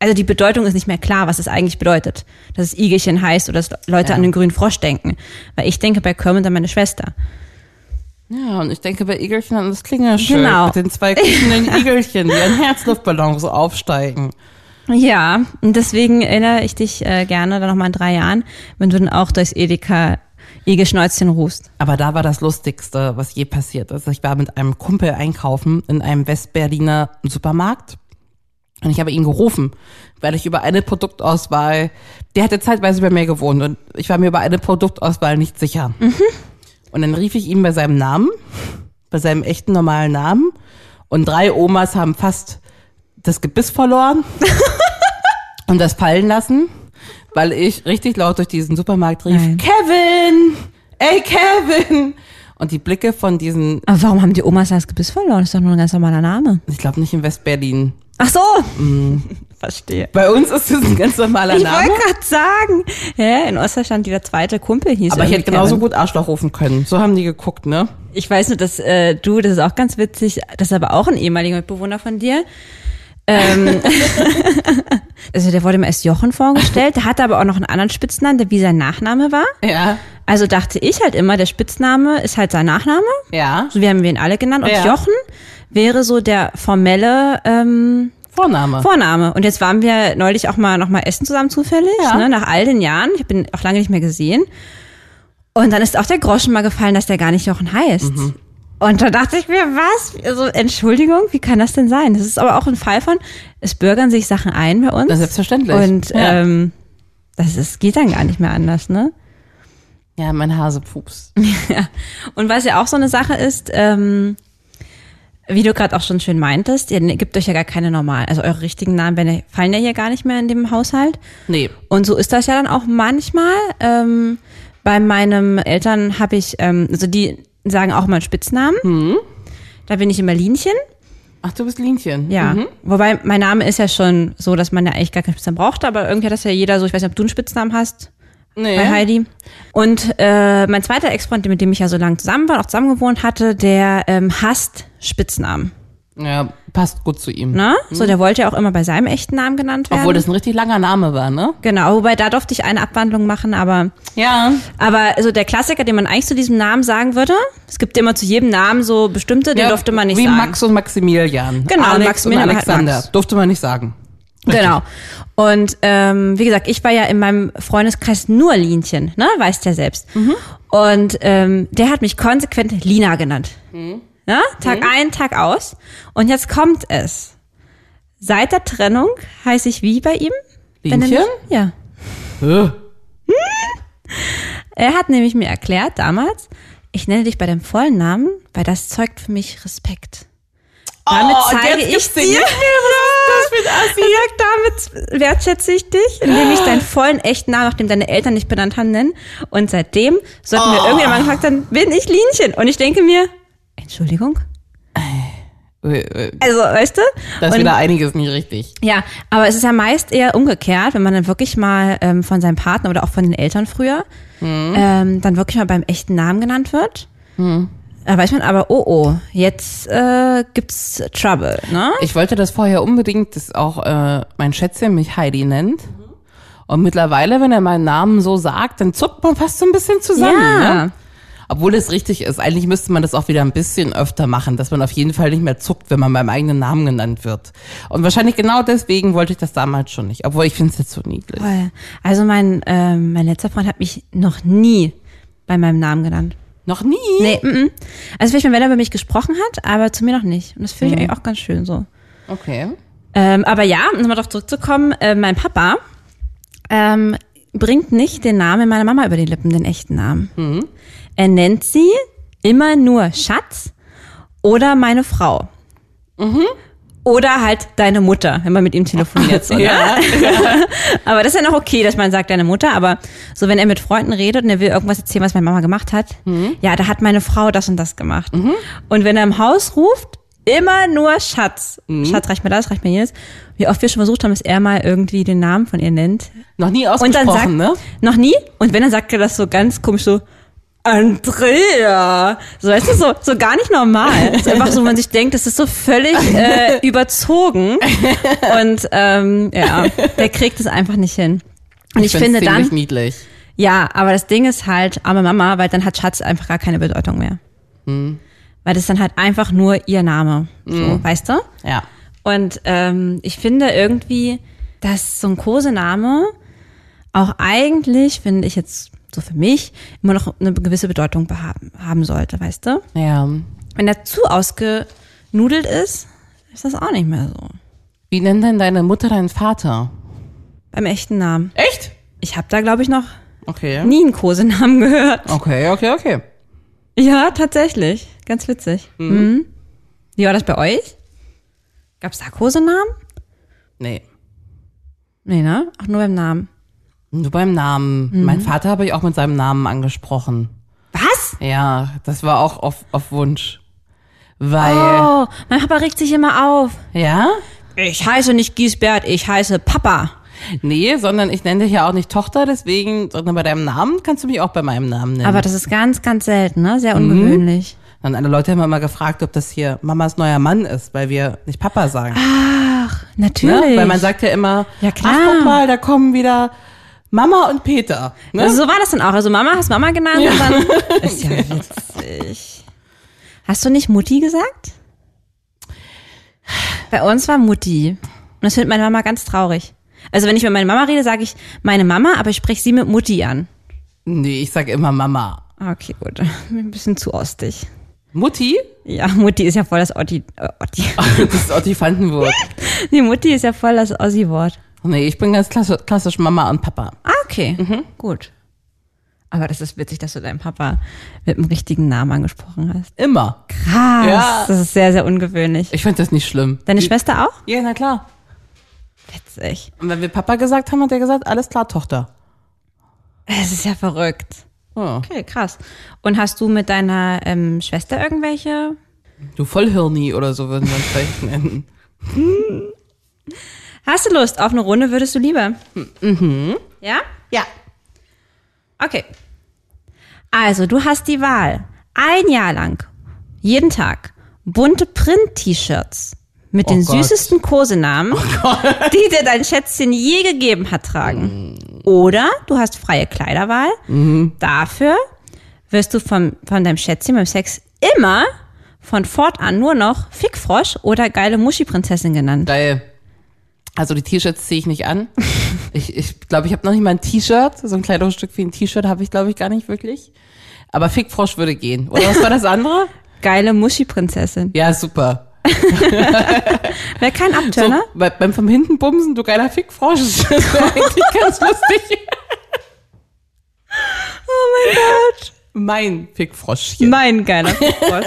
Speaker 3: also die Bedeutung ist nicht mehr klar, was es eigentlich bedeutet. Dass es Igelchen heißt oder dass Leute an den grünen Frosch denken. Weil ich denke bei Kermit an meine Schwester.
Speaker 2: Ja, und ich denke bei Igelchen an das Klingelschild
Speaker 3: Genau.
Speaker 2: mit den zwei küssenden Igelchen, die an Herzluftballons aufsteigen.
Speaker 3: Ja, und deswegen erinnere ich dich äh, gerne dann nochmal in drei Jahren, wenn du dann auch durchs Edeka Igelschnäuzchen rufst.
Speaker 2: Aber da war das Lustigste, was je passiert ist. Ich war mit einem Kumpel einkaufen in einem Westberliner Supermarkt. Und ich habe ihn gerufen, weil ich über eine Produktauswahl, der hatte zeitweise bei mir gewohnt und ich war mir über eine Produktauswahl nicht sicher.
Speaker 3: Mhm.
Speaker 2: Und dann rief ich ihn bei seinem Namen, bei seinem echten normalen Namen. Und drei Omas haben fast das Gebiss verloren und das fallen lassen, weil ich richtig laut durch diesen Supermarkt rief,
Speaker 3: Nein.
Speaker 2: Kevin! Ey, Kevin! Und die Blicke von diesen,
Speaker 3: Aber warum haben die Omas das Gebiss verloren? Das ist doch nur ein ganz normaler Name.
Speaker 2: ich glaube nicht in Westberlin.
Speaker 3: Ach so. Verstehe.
Speaker 2: Bei uns ist das ein ganz normaler
Speaker 3: Ich
Speaker 2: Name.
Speaker 3: wollte gerade sagen. Hä, in Osterstand der zweite Kumpel hieß.
Speaker 2: Aber ich hätte
Speaker 3: irgendwie
Speaker 2: genauso
Speaker 3: Kevin.
Speaker 2: gut Arschloch rufen können. So haben die geguckt, ne?
Speaker 3: Ich weiß nur, dass äh, du, das ist auch ganz witzig, das ist aber auch ein ehemaliger Mitbewohner von dir. Ähm, also der wurde mir als Jochen vorgestellt, der hatte aber auch noch einen anderen Spitznamen, der wie sein Nachname war.
Speaker 2: Ja.
Speaker 3: Also dachte ich halt immer, der Spitzname ist halt sein Nachname,
Speaker 2: Ja.
Speaker 3: so wie haben wir ihn alle genannt. Und
Speaker 2: Ja.
Speaker 3: Jochen wäre so der formelle ähm,
Speaker 2: Vorname.
Speaker 3: Vorname. Und jetzt waren wir neulich auch mal noch mal essen zusammen zufällig,
Speaker 2: Ja.
Speaker 3: ne, nach all den Jahren. Ich bin auch lange nicht mehr gesehen. Und dann ist auch der Groschen mal gefallen, dass der gar nicht Jochen heißt.
Speaker 2: Mhm.
Speaker 3: Und da dachte ich mir, was? Also Entschuldigung, wie kann das denn sein? Das ist aber auch ein Fall von, es bürgern sich Sachen ein bei uns.
Speaker 2: Na, selbstverständlich.
Speaker 3: Und
Speaker 2: Ja.
Speaker 3: ähm, das ist, geht dann gar nicht mehr anders, ne?
Speaker 2: ja, mein Hasepups.
Speaker 3: Und was ja auch so eine Sache ist, ähm, wie du gerade auch schon schön meintest, ihr ne, gebt euch ja gar keine normalen, also eure richtigen Namen wenn ihr- fallen ja hier gar nicht mehr in dem Haushalt.
Speaker 2: Nee.
Speaker 3: Und so ist das ja dann auch manchmal. Ähm, bei meinen Eltern habe ich, ähm, also die sagen auch mal Spitznamen.
Speaker 2: Mhm.
Speaker 3: Da bin ich immer Linchen.
Speaker 2: Ach, du bist Linchen.
Speaker 3: Ja.
Speaker 2: Mhm.
Speaker 3: Wobei mein Name ist ja schon so, dass man ja eigentlich gar keinen Spitznamen braucht, aber irgendwie hat das ja jeder so, ich weiß nicht, ob du einen Spitznamen hast
Speaker 2: Nee.
Speaker 3: bei Heidi. Und äh, mein zweiter Ex-Freund, mit dem ich ja so lange zusammen war, und auch zusammen gewohnt hatte, der ähm, hasst Spitznamen.
Speaker 2: Ja, passt gut zu ihm.
Speaker 3: Ne? So, der wollte ja auch immer bei seinem echten Namen genannt werden.
Speaker 2: Mhm. Obwohl das ein richtig langer Name war, ne?
Speaker 3: genau, wobei da durfte ich eine Abwandlung machen, aber
Speaker 2: Ja.
Speaker 3: aber so der Klassiker, den man eigentlich zu diesem Namen sagen würde, es gibt immer zu jedem Namen so bestimmte, den durfte man nicht
Speaker 2: wie
Speaker 3: sagen.
Speaker 2: Wie Max und Maximilian.
Speaker 3: Genau,
Speaker 2: Alex
Speaker 3: Maximilian
Speaker 2: und
Speaker 3: hat
Speaker 2: Alexander.
Speaker 3: Max.
Speaker 2: Durfte man nicht sagen.
Speaker 3: Genau. Und ähm, wie gesagt, ich war ja in meinem Freundeskreis nur Linchen, ne? Weißt ja selbst.
Speaker 2: Mhm.
Speaker 3: Und ähm, der hat mich konsequent Lina genannt.
Speaker 2: Mhm.
Speaker 3: Ne? Tag ein, Tag aus. Und jetzt kommt es. Seit der Trennung heiße ich wie bei ihm? Wenn er mich-
Speaker 2: Linchen?
Speaker 3: Ja. Hm?
Speaker 2: Äh,
Speaker 3: Er hat nämlich mir erklärt damals, ich nenne dich bei deinem vollen Namen, weil das zeugt für mich Respekt. Damit
Speaker 2: Oh, und
Speaker 3: zeige
Speaker 2: jetzt
Speaker 3: ich
Speaker 2: gibt's
Speaker 3: dir,
Speaker 2: den nicht
Speaker 3: Er sagt, damit wertschätze ich dich, indem ich deinen vollen echten Namen, nachdem deine Eltern dich benannt haben, nennen. Und seitdem sollten
Speaker 2: Oh.
Speaker 3: wir irgendwann mal gesagt, dann bin ich Linchen. Und ich denke mir, Entschuldigung?
Speaker 2: äh,
Speaker 3: Also, weißt du?
Speaker 2: Da ist
Speaker 3: Und-
Speaker 2: wieder einiges nicht richtig.
Speaker 3: Ja, aber es ist ja meist eher umgekehrt, wenn man dann wirklich mal ähm, von seinem Partner oder auch von den Eltern früher ähm, dann wirklich mal beim echten Namen genannt wird. Da weiß man aber, oh oh, jetzt äh, gibt's Trouble, ne?
Speaker 2: Ich wollte das vorher unbedingt, dass auch äh, mein Schätzchen mich Heidi nennt. Und mittlerweile, wenn er meinen Namen so sagt, dann zuckt man fast so ein bisschen zusammen. Ne? Obwohl es richtig ist. Eigentlich müsste man das auch wieder ein bisschen öfter machen, dass man auf jeden Fall nicht mehr zuckt, wenn man beim eigenen Namen genannt wird. Und wahrscheinlich genau deswegen wollte ich das damals schon nicht. Obwohl ich finde es jetzt so niedlich.
Speaker 3: Voll. Also mein, ähm, mein letzter Freund hat mich noch nie bei meinem Namen genannt.
Speaker 2: Noch nie?
Speaker 3: Nee, mm, mm. Also vielleicht mal, wenn er über mich gesprochen hat, aber zu mir noch nicht. Und das finde ich eigentlich auch ganz schön so.
Speaker 2: Okay.
Speaker 3: Ähm, aber ja, um nochmal darauf zurückzukommen, äh, mein Papa ähm, bringt nicht den Namen meiner Mama über die Lippen, den echten Namen. Er nennt sie immer nur Schatz oder meine Frau. Oder halt deine Mutter, wenn man mit ihm telefoniert. So, ne?
Speaker 2: Ja.
Speaker 3: Aber das ist ja noch okay, dass man sagt, deine Mutter, aber so wenn er mit Freunden redet und er will irgendwas erzählen, was meine Mama gemacht hat, ja, da hat meine Frau das und das gemacht. Und wenn er im Haus ruft, immer nur Schatz. Schatz, reicht mir das, reicht mir jenes. Wie oft wir schon versucht haben, dass er mal irgendwie den Namen von ihr nennt.
Speaker 2: Noch nie
Speaker 3: Und dann
Speaker 2: ausgesprochen,
Speaker 3: sagt,
Speaker 2: ne?
Speaker 3: noch nie. Und wenn, dann sagt er das so ganz komisch so, Andrea. So, weißt du, so, so gar nicht normal. Das ist einfach so, man sich denkt, das ist so völlig äh, überzogen. Und ähm, ja, der kriegt es einfach nicht hin. Und ich,
Speaker 2: find's
Speaker 3: finde
Speaker 2: ziemlich
Speaker 3: dann,
Speaker 2: niedlich.
Speaker 3: ja, aber das Ding ist halt, arme Mama, weil dann hat Schatz einfach gar keine Bedeutung mehr.
Speaker 2: Hm.
Speaker 3: Weil das dann halt einfach nur ihr Name. So, weißt du?
Speaker 2: Ja.
Speaker 3: Und ähm, ich finde irgendwie, dass so ein Kosename auch eigentlich, finde ich jetzt so für mich, immer noch eine gewisse Bedeutung behaben, haben sollte, weißt du?
Speaker 2: Ja.
Speaker 3: Wenn er zu ausgenudelt ist, ist das auch nicht mehr so.
Speaker 2: Wie nennt denn deine Mutter deinen Vater?
Speaker 3: Beim echten Namen.
Speaker 2: Echt?
Speaker 3: Ich habe da, glaube ich, noch
Speaker 2: Okay.
Speaker 3: nie einen Kosenamen gehört.
Speaker 2: Okay, okay, okay.
Speaker 3: Ja, tatsächlich. Ganz witzig. Mhm. Wie war das bei euch? Gab's da Kosenamen?
Speaker 2: Nee.
Speaker 3: Nee, ne? Auch nur beim Namen.
Speaker 2: Nur beim Namen.
Speaker 3: Mhm.
Speaker 2: Mein Vater habe ich auch mit seinem Namen angesprochen.
Speaker 3: Was?
Speaker 2: Ja, das war auch auf, auf Wunsch. Weil.
Speaker 3: Oh, mein Papa regt sich immer auf.
Speaker 2: Ja?
Speaker 3: Ich heiße nicht Giesbert, ich heiße Papa.
Speaker 2: Nee, sondern ich nenne dich ja auch nicht Tochter, deswegen, sondern bei deinem Namen kannst du mich auch bei meinem Namen nennen.
Speaker 3: Aber das ist ganz, ganz selten, ne? Sehr ungewöhnlich.
Speaker 2: Dann alle Leute haben immer gefragt, ob das hier Mamas neuer Mann ist, weil wir nicht Papa sagen.
Speaker 3: Natürlich.
Speaker 2: ne? Weil man sagt ja immer,
Speaker 3: Ah, Ja, klar.
Speaker 2: ach guck mal, da kommen wieder Mama und Peter. Ne?
Speaker 3: Also so war das dann auch. Also Mama hast Mama genannt und dann. Ist ja witzig. Hast du nicht Mutti gesagt? Bei uns war Mutti. Und das findet meine Mama ganz traurig. Also wenn ich mit meiner Mama rede, sage ich meine Mama, aber ich spreche sie mit Mutti an.
Speaker 2: Nee, ich sag immer Mama.
Speaker 3: Ah, Okay, gut. Ein bisschen zu ostig.
Speaker 2: Mutti?
Speaker 3: Ja, Mutti ist ja voll das Otti. Äh, Otti.
Speaker 2: Das ist Ottifantenwurst.
Speaker 3: Nee, Mutti ist ja voll das Ossi-Wort.
Speaker 2: Nee, ich bin ganz klassisch, klassisch Mama und Papa.
Speaker 3: Ah, okay.
Speaker 2: Mhm.
Speaker 3: Gut. Aber das ist witzig, dass du deinen Papa mit dem richtigen Namen angesprochen hast.
Speaker 2: Immer.
Speaker 3: Krass.
Speaker 2: Ja.
Speaker 3: Das ist sehr, sehr ungewöhnlich.
Speaker 2: Ich find das nicht schlimm.
Speaker 3: Deine
Speaker 2: Die-
Speaker 3: Schwester auch?
Speaker 2: Ja, na klar.
Speaker 3: Witzig.
Speaker 2: Und wenn wir Papa gesagt haben, hat er gesagt, alles klar, Tochter.
Speaker 3: Es ist ja verrückt.
Speaker 2: Ja.
Speaker 3: Okay, krass. Und hast du mit deiner ähm, Schwester irgendwelche?
Speaker 2: Du Vollhirni oder so würden wir uns vielleicht nennen.
Speaker 3: Hast du Lust auf eine Runde? Würdest du lieber? Mhm. Ja?
Speaker 2: Ja.
Speaker 3: Okay. Also, du hast die Wahl. Ein Jahr lang, jeden Tag, bunte Print-T-Shirts mit den
Speaker 2: Oh Gott. Oh
Speaker 3: süßesten Kosenamen, die dir dein Schätzchen je gegeben hat, tragen. Oder du hast freie Kleiderwahl.
Speaker 2: Mhm.
Speaker 3: Dafür wirst du vom, von deinem Schätzchen beim Sex immer von fortan nur noch Fickfrosch oder geile Muschi-Prinzessin genannt.
Speaker 2: Geil. Also die T-Shirts ziehe ich nicht an. Ich ich, glaub, ich habe noch nicht mal ein T-Shirt. So ein Kleidungsstück wie ein T-Shirt habe ich, glaube ich, gar nicht wirklich. Aber Fickfrosch würde gehen. Oder was war das andere?
Speaker 3: Geile Muschi-Prinzessin.
Speaker 2: Ja, super.
Speaker 3: Wäre kein
Speaker 2: So,
Speaker 3: Abturner?
Speaker 2: bei, beim vom hinten bumsen, du geiler Fickfrosch. Das wäre eigentlich ganz lustig. Oh mein Gott. Mein Fickfroschchen.
Speaker 3: Mein geiler Fickfrosch.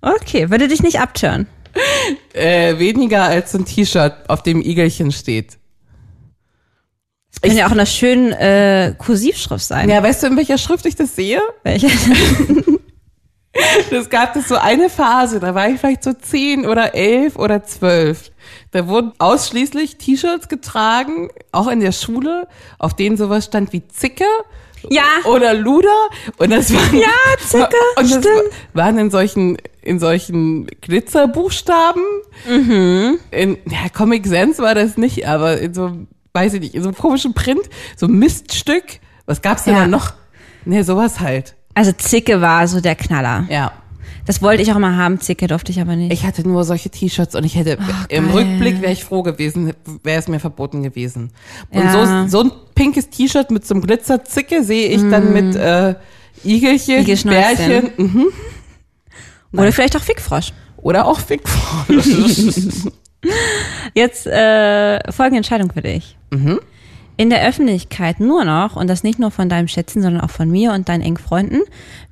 Speaker 3: Okay, würde dich nicht abtören.
Speaker 2: Äh, weniger als ein T-Shirt, auf dem Igelchen steht.
Speaker 3: Kann ja auch in einer schönen äh, Kursivschrift sein.
Speaker 2: Ja, weißt du, in welcher Schrift ich das sehe?
Speaker 3: Welche?
Speaker 2: Es gab das so eine Phase, da war ich vielleicht so zehn oder elf oder zwölf. Da wurden ausschließlich T-Shirts getragen, auch in der Schule, auf denen sowas stand wie Zicke
Speaker 3: Ja.
Speaker 2: oder Luder. Und das waren
Speaker 3: Ja, Zicke,
Speaker 2: und das
Speaker 3: stimmt.
Speaker 2: waren in solchen in solchen Glitzerbuchstaben. In ja, Comic Sans war das nicht, aber in so weiß ich nicht, in so einem komischen Print, so ein Miststück. Was gab's denn
Speaker 3: Ja.
Speaker 2: da noch? Ne, sowas halt.
Speaker 3: Also Zicke war so der Knaller.
Speaker 2: Ja.
Speaker 3: Das wollte ich auch mal haben, Zicke durfte ich aber nicht.
Speaker 2: Ich hatte nur solche T-Shirts und ich hätte im
Speaker 3: geil.
Speaker 2: Rückblick wäre ich froh gewesen, wäre es mir verboten gewesen. Und
Speaker 3: Ja.
Speaker 2: so, so ein pinkes T-Shirt mit so einem Glitzerzicke sehe ich dann mit äh, Igelchen,
Speaker 3: Igelschnäuzchen.
Speaker 2: Bärchen mhm.
Speaker 3: Oder vielleicht auch Fickfrosch.
Speaker 2: oder auch Fickfrosch.
Speaker 3: Jetzt äh, folgende Entscheidung für dich.
Speaker 2: Mhm.
Speaker 3: In der Öffentlichkeit nur noch, und das nicht nur von deinem Schätzen, sondern auch von mir und deinen engen Freunden,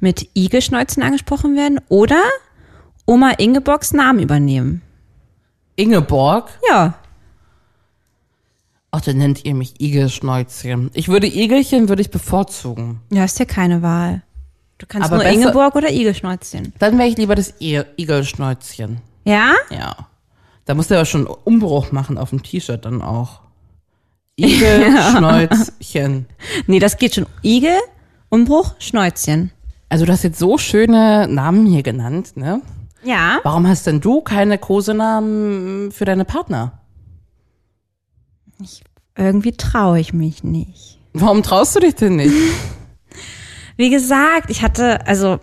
Speaker 3: mit Igelschnäuzen angesprochen werden oder Oma Ingeborgs Namen übernehmen.
Speaker 2: Ingeborg.
Speaker 3: Ja,
Speaker 2: Ach, dann nennt ihr mich Igelschnäuzchen. Ich würde Igelchen würde ich bevorzugen.
Speaker 3: du hast ja keine Wahl. Du kannst
Speaker 2: Aber
Speaker 3: nur
Speaker 2: besser-
Speaker 3: Ingeborg oder Igelschnäuzchen.
Speaker 2: Dann wäre ich lieber das I Igelschnäuzchen.
Speaker 3: Ja?
Speaker 2: Ja. Da musst du aber schon Umbruch machen auf dem T-Shirt dann auch. Igelschnäuzchen.
Speaker 3: Nee, das geht schon. Igel, Umbruch, Schnäuzchen.
Speaker 2: Also du hast jetzt so schöne Namen hier genannt, ne?
Speaker 3: Ja.
Speaker 2: Warum hast denn du keine Kosenamen für deine Partner?
Speaker 3: Irgendwie traue ich mich nicht.
Speaker 2: Warum traust du dich denn nicht?
Speaker 3: Wie gesagt, ich hatte, also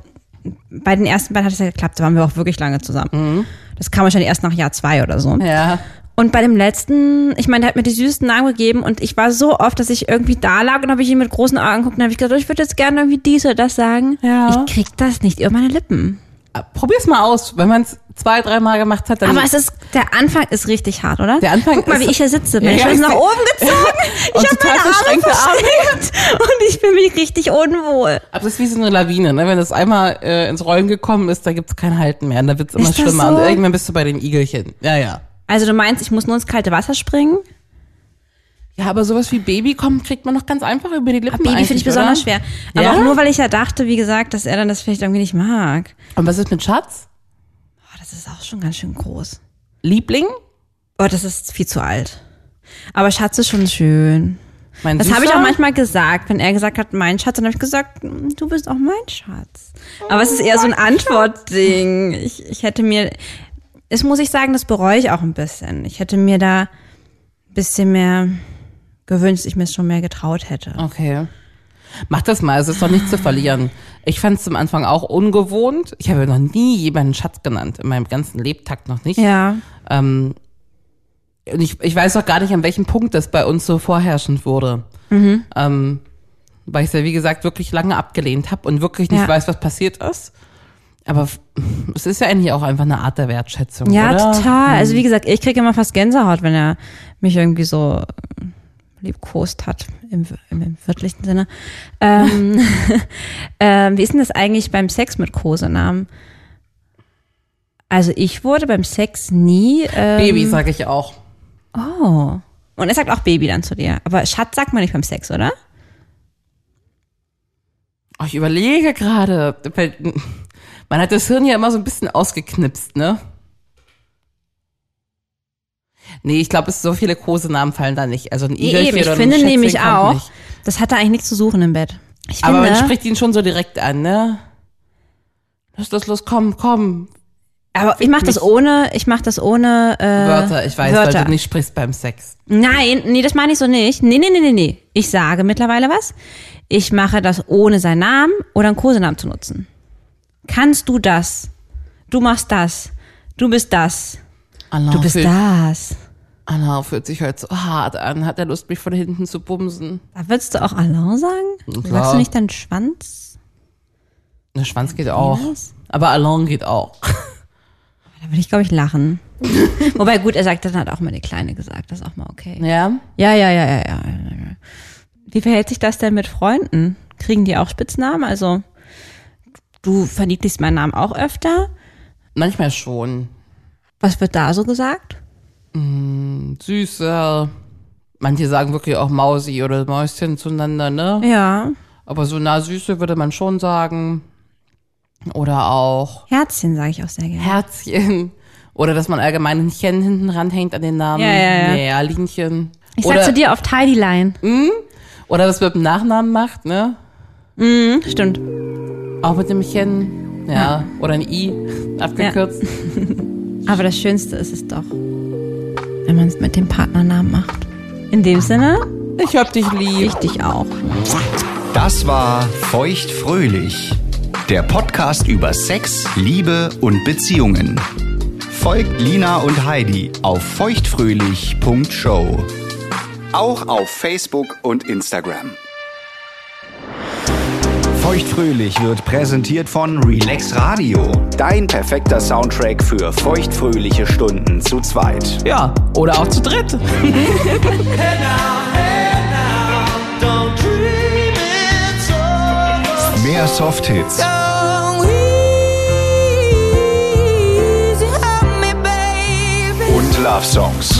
Speaker 3: bei den ersten beiden hat es ja geklappt, da waren wir auch wirklich lange zusammen. Das kam wahrscheinlich erst nach Jahr zwei oder so.
Speaker 2: Ja.
Speaker 3: Und bei dem letzten, ich meine, der hat mir die süßesten Namen gegeben und ich war so oft, dass ich irgendwie da lag und habe ich ihn mit großen Augen geguckt und habe ich gedacht, oh, ich würde jetzt gerne irgendwie dies oder das sagen.
Speaker 2: Ja.
Speaker 3: Ich krieg das nicht über meine Lippen.
Speaker 2: Probier's mal aus. Wenn man es zwei, dreimal gemacht hat, dann.
Speaker 3: Aber es ist, der Anfang ist richtig hart, oder?
Speaker 2: Der Anfang
Speaker 3: Guck mal,
Speaker 2: ist-
Speaker 3: wie ich hier sitze. Meine
Speaker 2: Ja,
Speaker 3: Schulter Also ist nach
Speaker 2: ich seh-
Speaker 3: oben gezogen.
Speaker 2: Und
Speaker 3: Ich habe
Speaker 2: total
Speaker 3: meine Arme
Speaker 2: verschränkte Arme.
Speaker 3: verschränkt. Und ich fühle mich richtig unwohl.
Speaker 2: Aber das ist wie so eine Lawine, ne? Wenn das einmal äh, ins Rollen gekommen ist, da gibt's kein Halten mehr. Und da wird's immer
Speaker 3: Ist das
Speaker 2: schlimmer.
Speaker 3: so?
Speaker 2: Und irgendwann bist du bei den Igelchen. Ja, ja.
Speaker 3: Also du meinst, ich muss nur ins kalte Wasser springen?
Speaker 2: Ja, aber sowas wie Baby kommen kriegt man noch ganz einfach über die Lippen.
Speaker 3: Ah, Baby finde
Speaker 2: eigentlich,
Speaker 3: ich besonders
Speaker 2: oder?
Speaker 3: schwer. Aber
Speaker 2: Ja?
Speaker 3: auch nur, weil ich ja dachte, wie gesagt, dass er dann das vielleicht irgendwie nicht mag.
Speaker 2: Und was ist mit Schatz?
Speaker 3: Boah, das ist auch schon ganz schön groß.
Speaker 2: Liebling?
Speaker 3: Boah, das ist viel zu alt. Aber Schatz ist schon schön.
Speaker 2: Mein
Speaker 3: Das habe ich
Speaker 2: Süßer?
Speaker 3: auch manchmal gesagt, wenn er gesagt hat, mein Schatz, dann habe ich gesagt, "Mm, du bist auch mein Schatz. Aber es ist eher so ein Antwortding. Ich, ich hätte mir, es muss ich sagen, das bereue ich auch ein bisschen. Ich hätte mir da ein bisschen mehr gewünscht, dass ich mir es schon mehr getraut hätte.
Speaker 2: Okay. Mach das mal, es ist doch nichts zu verlieren. Ich fand es am Anfang auch ungewohnt. Ich habe noch nie jemanden Schatz genannt, in meinem ganzen Lebtag noch nicht.
Speaker 3: Ja.
Speaker 2: Ähm, Und ich, ich weiß auch gar nicht, an welchem Punkt das bei uns so vorherrschend wurde.
Speaker 3: Mhm.
Speaker 2: Ähm, weil ich es ja, wie gesagt, wirklich lange abgelehnt habe und wirklich nicht
Speaker 3: Ja.
Speaker 2: weiß, was passiert ist. Aber f- es ist ja eigentlich auch einfach eine Art der Wertschätzung.
Speaker 3: Ja,
Speaker 2: oder? Hm.
Speaker 3: total. Also wie gesagt, ich kriege immer fast Gänsehaut, wenn er mich irgendwie so ähm, liebkost hat, im, im, im wörtlichen Sinne. Ähm, ähm, wie ist denn das eigentlich beim Sex mit Kosenamen? Also ich wurde beim Sex nie... Ähm,
Speaker 2: Baby, sage ich auch.
Speaker 3: Oh. Und er sagt auch Baby dann zu dir. Aber Schatz sagt man nicht beim Sex, oder?
Speaker 2: Oh, ich überlege gerade. weil- Man hat das Hirn ja immer so ein bisschen ausgeknipst, ne? Nee, ich glaube, es so viele Kosenamen fallen da nicht. Also ein
Speaker 3: Nee,
Speaker 2: Igelchen
Speaker 3: eben. Ich
Speaker 2: oder ein
Speaker 3: finde
Speaker 2: Schätzchen
Speaker 3: nämlich
Speaker 2: kommt
Speaker 3: auch,
Speaker 2: Nicht.
Speaker 3: das hat da eigentlich nichts zu suchen im Bett. Ich
Speaker 2: Aber
Speaker 3: finde,
Speaker 2: man spricht ihn schon so direkt an, ne? Los, los, los, komm, komm.
Speaker 3: aber ich mache das ohne, ich mache das ohne äh,
Speaker 2: Wörter, ich weiß,
Speaker 3: Wörter.
Speaker 2: weil du nicht sprichst beim Sex.
Speaker 3: Nein, nee, das meine ich so nicht. Nee, nee, nee, nee, nee. Ich sage mittlerweile was. Ich mache das ohne seinen Namen oder einen Kosenamen zu nutzen. Kannst du das? Du machst das. Du bist das.
Speaker 2: Anna
Speaker 3: Du bist
Speaker 2: fühlt,
Speaker 3: das.
Speaker 2: Anna fühlt sich heute so hart an. Hat er Lust, mich von hinten zu bumsen?
Speaker 3: Da würdest du auch Alain sagen?
Speaker 2: klar.
Speaker 3: Sagst du nicht deinen Schwanz?
Speaker 2: Der Schwanz geht auch.
Speaker 3: was?
Speaker 2: Aber Alain geht auch.
Speaker 3: Da würde ich, glaube ich, lachen. Wobei, gut, er sagt, dann hat auch mal die Kleine gesagt. Das ist auch mal okay.
Speaker 2: Ja?
Speaker 3: Ja, ja, ja, ja, ja. Wie verhält sich das denn mit Freunden? Kriegen die auch Spitznamen? Also, du verniedlichst meinen Namen auch öfter.
Speaker 2: Manchmal schon.
Speaker 3: Was wird da so gesagt?
Speaker 2: Süßer. Manche sagen wirklich auch Mausi oder Mäuschen zueinander, ne?
Speaker 3: Ja.
Speaker 2: Aber so na Süße würde man schon sagen. Oder auch
Speaker 3: Herzchen sage ich auch sehr gerne.
Speaker 2: Herzchen. Oder dass man allgemein ein Chen hinten ranhängt an den Namen.
Speaker 3: Ja, ja, ja.
Speaker 2: Nee, ja Linchen.
Speaker 3: Ich sag
Speaker 2: oder, Hm?
Speaker 3: zu dir auf Tidy Line.
Speaker 2: oder das mit dem Nachnamen macht, ne?
Speaker 3: Stimmt.
Speaker 2: Auch mit dem Chen. Ja. Oder ein I abgekürzt.
Speaker 3: Aber das Schönste ist es doch, wenn man es mit dem Partnernamen macht. In dem Sinne,
Speaker 2: Ich hab dich lieb.
Speaker 3: ich dich auch.
Speaker 1: Das war Feuchtfröhlich, der Podcast über Sex, Liebe und Beziehungen. Folgt Lina und Heidi auf feuchtfröhlich.show. Auch auf Facebook und Instagram. Feuchtfröhlich wird präsentiert von Relax Radio. Dein perfekter Soundtrack für feuchtfröhliche Stunden zu zweit.
Speaker 2: Ja. Oder auch zu dritt.
Speaker 1: Mehr Softhits. und Love Songs.